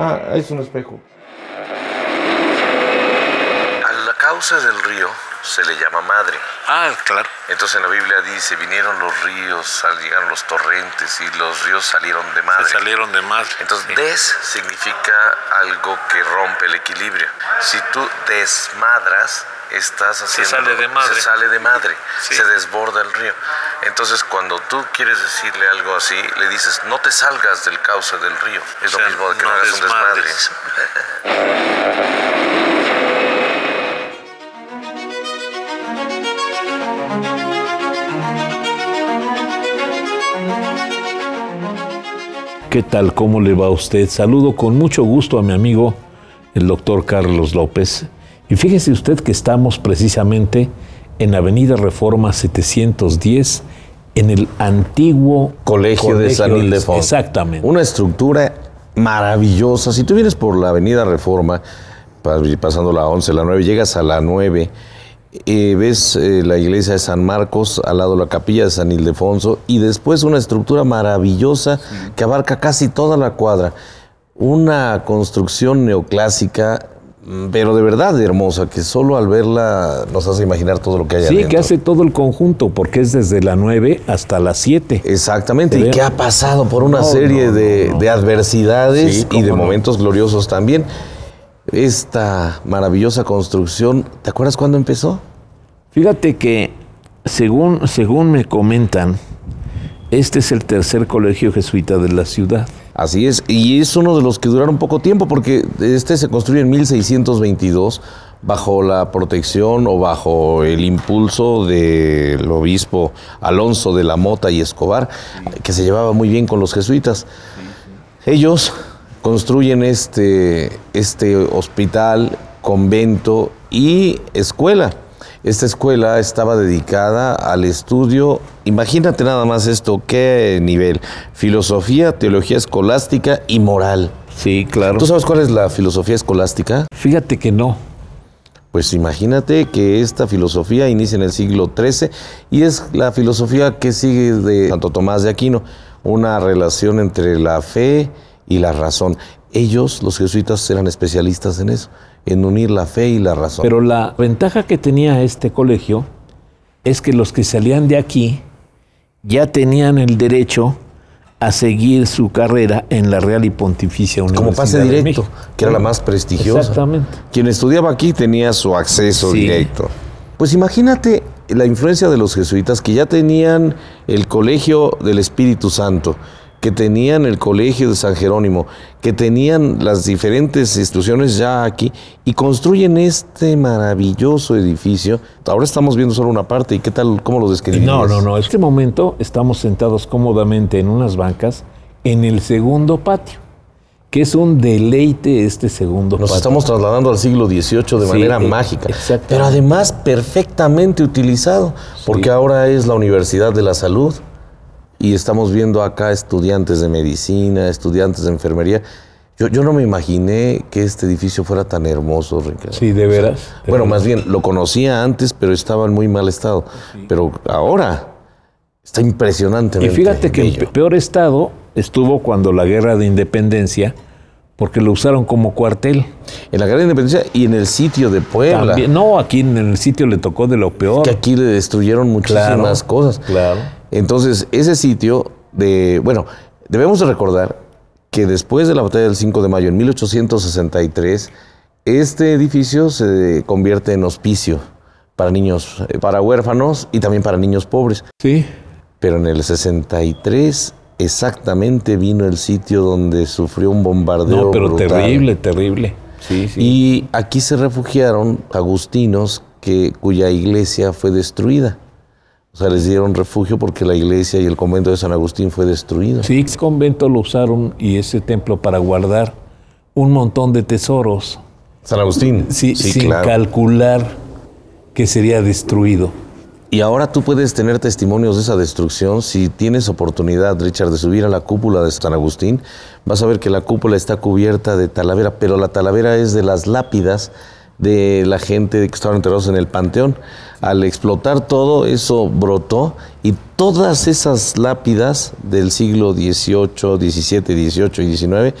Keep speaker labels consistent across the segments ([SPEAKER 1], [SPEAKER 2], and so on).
[SPEAKER 1] Ah, es un espejo.
[SPEAKER 2] A la causa del río se le llama madre.
[SPEAKER 3] Ah, claro.
[SPEAKER 2] Entonces en la Biblia dice, vinieron los ríos, al- llegaron los torrentes y los ríos salieron de madre.
[SPEAKER 3] Se salieron de madre.
[SPEAKER 2] Entonces des significa algo que rompe el equilibrio. Si tú desmadras, estás haciendo...
[SPEAKER 3] sale de madre.
[SPEAKER 2] Se sale de madre,
[SPEAKER 3] Sí.
[SPEAKER 2] se desborda el río. Entonces cuando tú quieres decirle algo así, le dices, no te salgas del cauce del río. Es
[SPEAKER 3] O sea,
[SPEAKER 2] lo mismo que no,
[SPEAKER 3] no
[SPEAKER 2] hagas un desmadre.
[SPEAKER 3] desmadres.
[SPEAKER 4] ¿Qué tal? ¿Cómo le va a usted? Saludo con mucho gusto a mi amigo, el doctor Carlos López. Y fíjese usted que estamos precisamente en Avenida Reforma 710, en el antiguo
[SPEAKER 5] Colegio, de San Ildefonso.
[SPEAKER 4] Exactamente.
[SPEAKER 5] Una estructura maravillosa. Si tú vienes por la Avenida Reforma, pa- pasando la 11, la 9, llegas a la 9, eh, ves eh, la iglesia de San Marcos, al lado la capilla de San Ildefonso, y después una estructura maravillosa que abarca casi toda la cuadra. Una construcción neoclásica, mm, pero de verdad hermosa, que solo al verla nos hace imaginar todo lo que hay
[SPEAKER 4] sí,
[SPEAKER 5] adentro.
[SPEAKER 4] que hace todo el conjunto, porque es desde la 9 hasta las 7.
[SPEAKER 5] Eh. Exactamente,
[SPEAKER 4] Se
[SPEAKER 5] y
[SPEAKER 4] ve-
[SPEAKER 5] que ha pasado por una
[SPEAKER 4] No,
[SPEAKER 5] serie
[SPEAKER 4] no, no,
[SPEAKER 5] de,
[SPEAKER 4] no.
[SPEAKER 5] de adversidades
[SPEAKER 4] Sí,
[SPEAKER 5] y
[SPEAKER 4] cómo
[SPEAKER 5] de
[SPEAKER 4] no.
[SPEAKER 5] momentos gloriosos también. Esta maravillosa construcción, ¿te acuerdas cuándo empezó?
[SPEAKER 4] Fíjate que, según, según me comentan, este es el tercer colegio jesuita de la ciudad.
[SPEAKER 5] Así es, y es uno de los que duraron poco tiempo porque este se construye en 1622 bajo la protección o bajo el impulso del obispo Alonso de la Mota y Escobar, que se llevaba muy bien con los jesuitas. Ellos construyen este, este hospital, convento y escuela. Esta escuela estaba dedicada al estudio, imagínate nada más esto, qué nivel, filosofía, teología escolástica y moral.
[SPEAKER 4] Sí, claro.
[SPEAKER 5] ¿Tú sabes cuál es la filosofía escolástica?
[SPEAKER 4] Fíjate que no.
[SPEAKER 5] Pues imagínate que esta filosofía inicia en el siglo XIII y es la filosofía que sigue de Santo Tomás de Aquino, una relación entre la fe y la razón. Ellos, los jesuitas, eran especialistas en eso, en unir la fe y la razón.
[SPEAKER 4] Pero la ventaja que tenía este colegio es que los que salían de aquí ya tenían el derecho a seguir su carrera en la Real y Pontificia Universidad.
[SPEAKER 5] como pase
[SPEAKER 4] de
[SPEAKER 5] directo,
[SPEAKER 4] México.
[SPEAKER 5] que era la más prestigiosa.
[SPEAKER 4] Exactamente.
[SPEAKER 5] Quien estudiaba aquí tenía su acceso
[SPEAKER 4] Sí.
[SPEAKER 5] directo. Pues imagínate la influencia de los jesuitas que ya tenían el colegio del Espíritu Santo, que tenían el colegio de San Jerónimo, que tenían las diferentes instituciones ya aquí y construyen este maravilloso edificio. Ahora estamos viendo solo una parte y qué tal, cómo lo describimos.
[SPEAKER 4] No, no, no. En este momento estamos sentados cómodamente en unas bancas en el segundo patio, que es un deleite este segundo
[SPEAKER 5] Nos
[SPEAKER 4] patio.
[SPEAKER 5] estamos trasladando al siglo XVIII de
[SPEAKER 4] Sí,
[SPEAKER 5] manera
[SPEAKER 4] e-
[SPEAKER 5] mágica,
[SPEAKER 4] exactamente.
[SPEAKER 5] pero además perfectamente utilizado, porque ahora es la Universidad de la Salud y estamos viendo acá estudiantes de medicina, estudiantes de enfermería. Yo, yo no me imaginé que este edificio fuera tan hermoso, Ricardo.
[SPEAKER 4] Sí, de veras. de
[SPEAKER 5] Bueno,
[SPEAKER 4] veras.
[SPEAKER 5] más bien, lo conocía antes, pero estaba en muy mal estado. Pero ahora está impresionante.
[SPEAKER 4] Y fíjate que en peor estado estuvo cuando la guerra de independencia, porque lo usaron como cuartel.
[SPEAKER 5] En la Gran Independencia y en el sitio de Puebla.
[SPEAKER 4] También- no, aquí en el sitio le tocó de lo peor.
[SPEAKER 5] que aquí le destruyeron muchísimas
[SPEAKER 4] Claro,
[SPEAKER 5] cosas.
[SPEAKER 4] claro.
[SPEAKER 5] Entonces, ese sitio de, bueno, debemos de recordar que después de la batalla del 5 de mayo en 1863, este edificio se convierte en hospicio para niños, eh, para huérfanos y también para niños pobres.
[SPEAKER 4] Sí.
[SPEAKER 5] Pero en el 63 exactamente vino el sitio donde sufrió un bombardeo.
[SPEAKER 4] No, pero
[SPEAKER 5] brutal.
[SPEAKER 4] terrible, terrible. Sí, sí.
[SPEAKER 5] Y aquí se refugiaron agustinos que, cuya iglesia fue destruida. O sea, les dieron refugio porque la iglesia y el convento de San Agustín fue destruido.
[SPEAKER 4] sí, ese convento lo usaron y ese templo para guardar un montón de tesoros
[SPEAKER 5] San Agustín.
[SPEAKER 4] sí, sin
[SPEAKER 5] claro.
[SPEAKER 4] calcular que sería destruido.
[SPEAKER 5] Y ahora tú puedes tener testimonios de esa destrucción. Si tienes oportunidad, Richard, de subir a la cúpula de San Agustín, vas a ver que la cúpula está cubierta de talavera, pero la talavera es de las lápidas de la gente que estaban enterrados en el panteón. Al explotar todo, eso brotó y todas esas lápidas del siglo XVIII, XVII, XVIII y XIX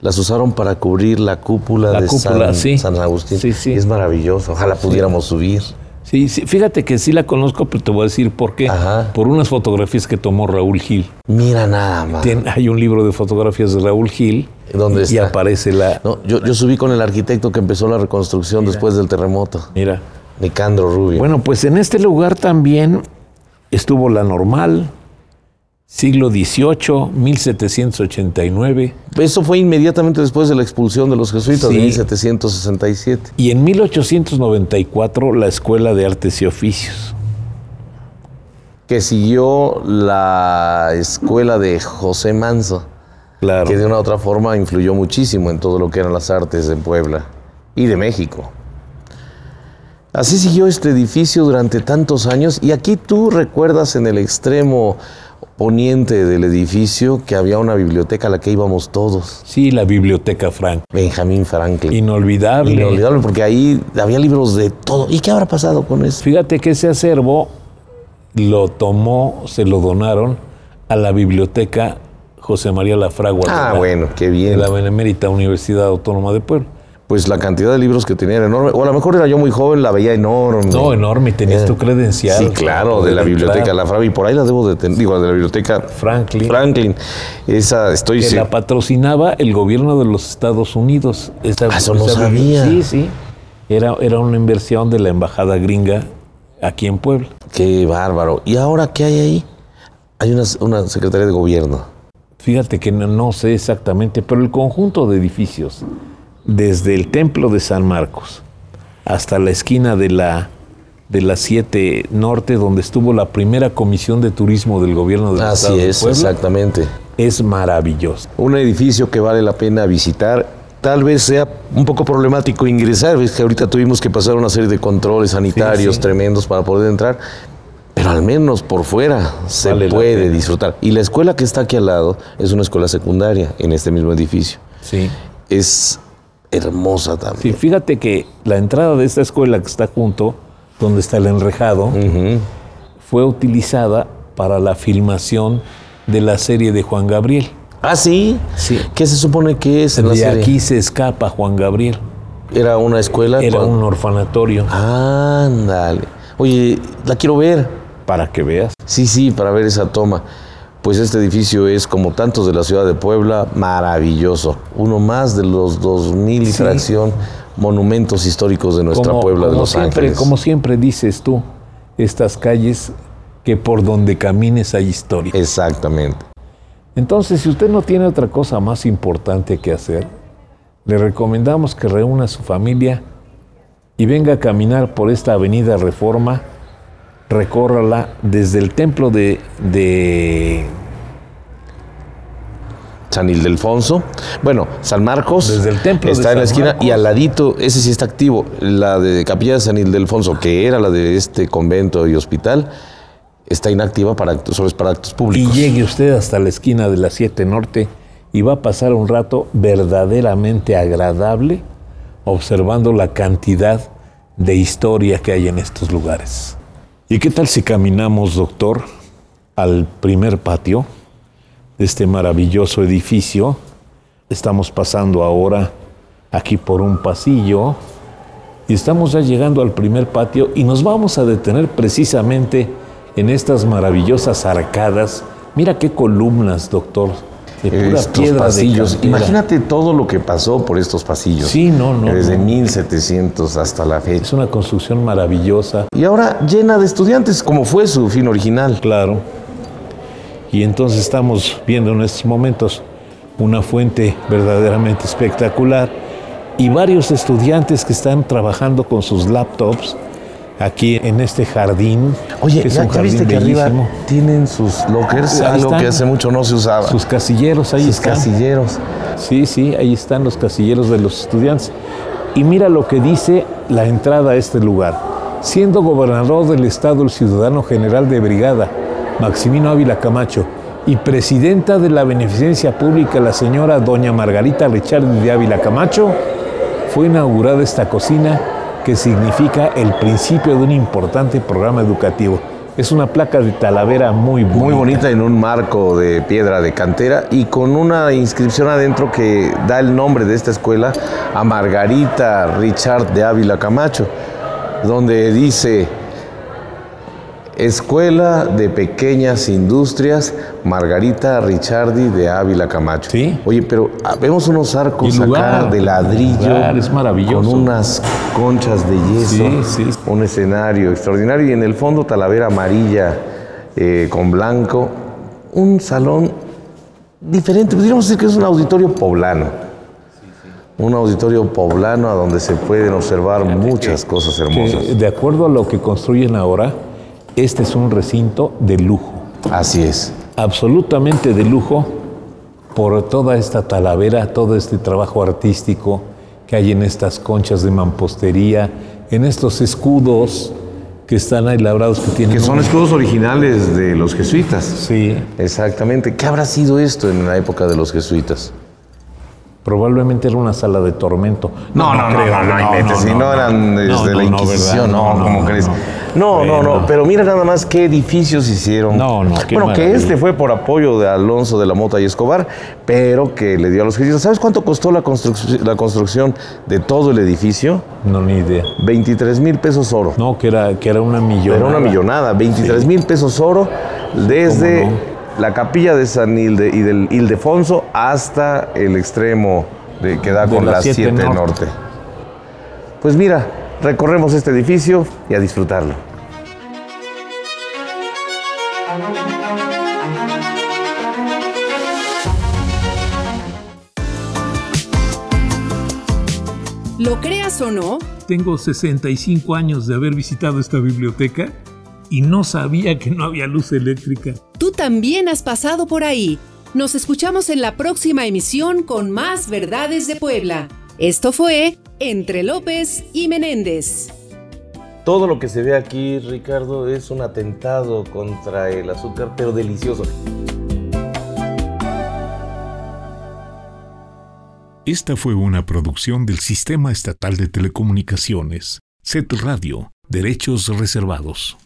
[SPEAKER 5] las usaron para cubrir la cúpula
[SPEAKER 4] La
[SPEAKER 5] de
[SPEAKER 4] cúpula,
[SPEAKER 5] San,
[SPEAKER 4] sí.
[SPEAKER 5] San Agustín.
[SPEAKER 4] Sí, sí.
[SPEAKER 5] Es maravilloso. Ojalá pudiéramos subir.
[SPEAKER 4] Sí, sí, fíjate que sí la conozco, pero te voy a decir por qué.
[SPEAKER 5] Ajá.
[SPEAKER 4] Por unas fotografías que tomó Raúl Gil.
[SPEAKER 5] Mira nada más.
[SPEAKER 4] Tien- hay un libro de fotografías de Raúl Gil.
[SPEAKER 5] ¿Dónde
[SPEAKER 4] y, y
[SPEAKER 5] está?
[SPEAKER 4] aparece la.
[SPEAKER 5] No, yo, yo subí con el arquitecto que empezó la reconstrucción después del terremoto,
[SPEAKER 4] Mira.
[SPEAKER 5] Nicandro Rubio.
[SPEAKER 4] Bueno, pues en este lugar también estuvo la normal, siglo XVIII, 1789.
[SPEAKER 5] Eso fue inmediatamente después de la expulsión de los jesuitas
[SPEAKER 4] Sí.
[SPEAKER 5] de 1767.
[SPEAKER 4] Y en 1894 la Escuela de Artes y Oficios.
[SPEAKER 5] Que siguió la escuela de José Manso,
[SPEAKER 4] Claro.
[SPEAKER 5] que de una u otra forma influyó muchísimo en todo lo que eran las artes en Puebla y de México. Así siguió este edificio durante tantos años y aquí tú recuerdas en el extremo poniente del edificio que había una biblioteca a la que íbamos todos.
[SPEAKER 4] Sí, la Biblioteca Frank.
[SPEAKER 5] Benjamín Franklin.
[SPEAKER 4] Inolvidable.
[SPEAKER 5] Inolvidable, porque ahí había libros de todo. ¿Y qué habrá pasado con eso?
[SPEAKER 4] Fíjate que ese acervo lo tomó, se lo donaron a la biblioteca José María Lafragua. de
[SPEAKER 5] Ah,
[SPEAKER 4] pues, la-
[SPEAKER 5] bueno, qué
[SPEAKER 4] De
[SPEAKER 5] bien.
[SPEAKER 4] la Benemérita Universidad Autónoma de Puebla.
[SPEAKER 5] Pues la cantidad de libros que tenía era enorme. O a lo mejor era yo muy joven, la veía enorme.
[SPEAKER 4] No, enorme, y tenías
[SPEAKER 5] Eh,
[SPEAKER 4] tu credencial.
[SPEAKER 5] Sí, claro, de la biblioteca La Fravi. Por ahí la debo de tener. Digo, de la biblioteca
[SPEAKER 4] Franklin.
[SPEAKER 5] Franklin. Esa, estoy...
[SPEAKER 4] Que
[SPEAKER 5] se-
[SPEAKER 4] la patrocinaba el gobierno de los Estados Unidos. Esa-
[SPEAKER 5] Ah, eso no
[SPEAKER 4] esa bibli-
[SPEAKER 5] sabía.
[SPEAKER 4] Sí, sí. Era, era una inversión de la embajada gringa aquí en Puebla.
[SPEAKER 5] Qué bárbaro. ¿Y ahora qué hay ahí? Hay una, una secretaría de gobierno.
[SPEAKER 4] Fíjate que no, no sé exactamente, pero el conjunto de edificios, desde el templo de San Marcos hasta la esquina de la de la 7 Norte, donde estuvo la primera comisión de turismo del gobierno del Estado
[SPEAKER 5] Así
[SPEAKER 4] de
[SPEAKER 5] es,
[SPEAKER 4] Puebla,
[SPEAKER 5] exactamente.
[SPEAKER 4] es maravilloso.
[SPEAKER 5] un edificio que vale la pena visitar. Tal vez sea un poco problemático ingresar, ves que ahorita tuvimos que pasar una serie de controles sanitarios tremendos para poder entrar, pero al menos por fuera se
[SPEAKER 4] Vale la
[SPEAKER 5] puede
[SPEAKER 4] pena.
[SPEAKER 5] disfrutar. Y la escuela que está aquí al lado es una escuela secundaria en este mismo edificio.
[SPEAKER 4] Sí.
[SPEAKER 5] Es hermosa
[SPEAKER 4] Sí,
[SPEAKER 5] también.
[SPEAKER 4] fíjate que la entrada de esta escuela que está junto, donde está el enrejado,
[SPEAKER 5] Ujú.
[SPEAKER 4] fue utilizada para la filmación de la serie de Juan Gabriel.
[SPEAKER 5] Ah, sí.
[SPEAKER 4] Sí.
[SPEAKER 5] ¿Qué se supone que es en la
[SPEAKER 4] De
[SPEAKER 5] serie?
[SPEAKER 4] aquí se escapa Juan Gabriel.
[SPEAKER 5] Era una escuela.
[SPEAKER 4] Era
[SPEAKER 5] con-
[SPEAKER 4] un orfanatorio.
[SPEAKER 5] Ándale. Oye, la quiero ver.
[SPEAKER 4] Para que veas.
[SPEAKER 5] Sí, sí, para ver esa toma. Pues este edificio es, como tantos de la ciudad de Puebla, maravilloso. Uno más de los 2000 y
[SPEAKER 4] Sí.
[SPEAKER 5] fracción monumentos históricos de nuestra Puebla de Los
[SPEAKER 4] siempre,
[SPEAKER 5] Ángeles.
[SPEAKER 4] Como siempre dices tú, estas calles que por donde camines hay historia.
[SPEAKER 5] Exactamente.
[SPEAKER 4] Entonces, si usted no tiene otra cosa más importante que hacer, le recomendamos que reúna a su familia y venga a caminar por esta avenida Reforma, recórrala desde el templo de, de-
[SPEAKER 5] San Ildefonso. Bueno, San Marcos.
[SPEAKER 4] Desde el templo de
[SPEAKER 5] Está en la
[SPEAKER 4] San
[SPEAKER 5] esquina
[SPEAKER 4] Marcos.
[SPEAKER 5] y al ladito, ese sí está activo, la de Capilla de San Ildefonso, que era la de este convento y hospital, está inactiva para actos, solo es para actos
[SPEAKER 4] y
[SPEAKER 5] públicos.
[SPEAKER 4] llegue usted hasta la esquina de la 7 Norte y va a pasar un rato verdaderamente agradable observando la cantidad de historia que hay en estos lugares. ¿Y qué tal si caminamos, doctor, al primer patio de este maravilloso edificio? Estamos pasando ahora aquí por un pasillo y estamos ya llegando al primer patio y nos vamos a detener precisamente en estas maravillosas arcadas. Mira qué columnas, doctor, de pura
[SPEAKER 5] Eh, estos
[SPEAKER 4] piedra de
[SPEAKER 5] pasillos.
[SPEAKER 4] cantera.
[SPEAKER 5] Imagínate todo lo que pasó por estos pasillos.
[SPEAKER 4] Sí, no, no,
[SPEAKER 5] Desde
[SPEAKER 4] no.
[SPEAKER 5] 1700 hasta la
[SPEAKER 4] Es
[SPEAKER 5] fecha.
[SPEAKER 4] una construcción maravillosa.
[SPEAKER 5] Y ahora llena de estudiantes, como fue su fin original.
[SPEAKER 4] Claro. Y entonces estamos viendo en estos momentos una fuente verdaderamente espectacular y varios estudiantes que están trabajando con sus laptops aquí en este jardín.
[SPEAKER 5] Oye,
[SPEAKER 4] que es
[SPEAKER 5] ya,
[SPEAKER 4] un
[SPEAKER 5] ya viste
[SPEAKER 4] jardín
[SPEAKER 5] que arriba
[SPEAKER 4] bellísimo.
[SPEAKER 5] tienen sus lockers,
[SPEAKER 4] Ahí
[SPEAKER 5] algo
[SPEAKER 4] están.
[SPEAKER 5] que hace mucho no se usaba.
[SPEAKER 4] Sus casilleros ahí
[SPEAKER 5] Sus
[SPEAKER 4] están.
[SPEAKER 5] casilleros.
[SPEAKER 4] Sí, sí, ahí están los casilleros de los estudiantes. Y mira lo que dice la entrada a este lugar. Siendo gobernador del estado el ciudadano general de brigada, Maximino Ávila Camacho, y presidenta de la Beneficencia Pública, la señora doña Margarita Richard de Ávila Camacho, fue inaugurada esta cocina que significa el principio de un importante programa educativo. Es una placa de Talavera muy bonita.
[SPEAKER 5] Muy bonita en un marco de piedra de cantera y con una inscripción adentro que da el nombre de esta escuela a Margarita Richard de Ávila Camacho, donde dice Escuela de Pequeñas Industrias Margarita Richardi de Ávila Camacho.
[SPEAKER 4] Sí.
[SPEAKER 5] Oye, pero ah, vemos unos arcos
[SPEAKER 4] Y el
[SPEAKER 5] acá
[SPEAKER 4] lugar,
[SPEAKER 5] de
[SPEAKER 4] el
[SPEAKER 5] ladrillo.
[SPEAKER 4] lugar es maravilloso.
[SPEAKER 5] Con unas conchas de yeso.
[SPEAKER 4] Sí, sí.
[SPEAKER 5] Un escenario extraordinario. Y en el fondo talavera amarilla eh, con blanco. Un salón diferente. Podríamos decir que es un auditorio poblano. Un auditorio poblano a donde se pueden observar muchas cosas hermosas.
[SPEAKER 4] Que, de acuerdo a lo que construyen ahora, este es un recinto de lujo,
[SPEAKER 5] Así es.
[SPEAKER 4] absolutamente de lujo por toda esta talavera, todo este trabajo artístico que hay en estas conchas de mampostería, en estos escudos que están ahí labrados que tienen
[SPEAKER 5] Que son
[SPEAKER 4] un-
[SPEAKER 5] escudos originales de los jesuitas.
[SPEAKER 4] sí,
[SPEAKER 5] Exactamente. ¿Qué habrá sido esto en la época de los jesuitas?
[SPEAKER 4] probablemente era una sala de tormento.
[SPEAKER 5] inventes, si no eran desde
[SPEAKER 4] No, no,
[SPEAKER 5] la
[SPEAKER 4] no, ¿verdad?
[SPEAKER 5] Inquisición, no,
[SPEAKER 4] No, no,
[SPEAKER 5] ¿cómo
[SPEAKER 4] no,
[SPEAKER 5] crees?
[SPEAKER 4] no.
[SPEAKER 5] No, no, no,
[SPEAKER 4] Bueno.
[SPEAKER 5] pero mira nada más qué edificios hicieron.
[SPEAKER 4] No, no, qué
[SPEAKER 5] Bueno, que
[SPEAKER 4] maravilla.
[SPEAKER 5] este fue por apoyo de Alonso de la Mota y Escobar, pero que le dio a los jesuitas. ¿Sabes cuánto costó la, construc- la construcción de todo el edificio?
[SPEAKER 4] No, ni idea.
[SPEAKER 5] 23 mil pesos oro.
[SPEAKER 4] No, que era, que era una millonada.
[SPEAKER 5] Era una millonada, 23 mil pesos oro desde
[SPEAKER 4] ¿Cómo
[SPEAKER 5] la capilla de San Hilde y del Ildefonso hasta el extremo de, que da
[SPEAKER 4] De
[SPEAKER 5] con
[SPEAKER 4] la
[SPEAKER 5] la 7
[SPEAKER 4] siete
[SPEAKER 5] norte.
[SPEAKER 4] norte.
[SPEAKER 5] Pues mira, recorremos este edificio y a disfrutarlo.
[SPEAKER 6] Lo creas o no,
[SPEAKER 7] Tengo 65 años de haber visitado esta biblioteca y no sabía que no había luz eléctrica.
[SPEAKER 6] tú también has pasado por ahí. Nos escuchamos en la próxima emisión con más verdades de Puebla. Esto fue Entre López y Menéndez.
[SPEAKER 5] Todo lo que se ve aquí, Ricardo, es un atentado contra el azúcar, pero delicioso.
[SPEAKER 3] Esta fue una producción del Sistema Estatal de Telecomunicaciones, SET Radio, Derechos Reservados.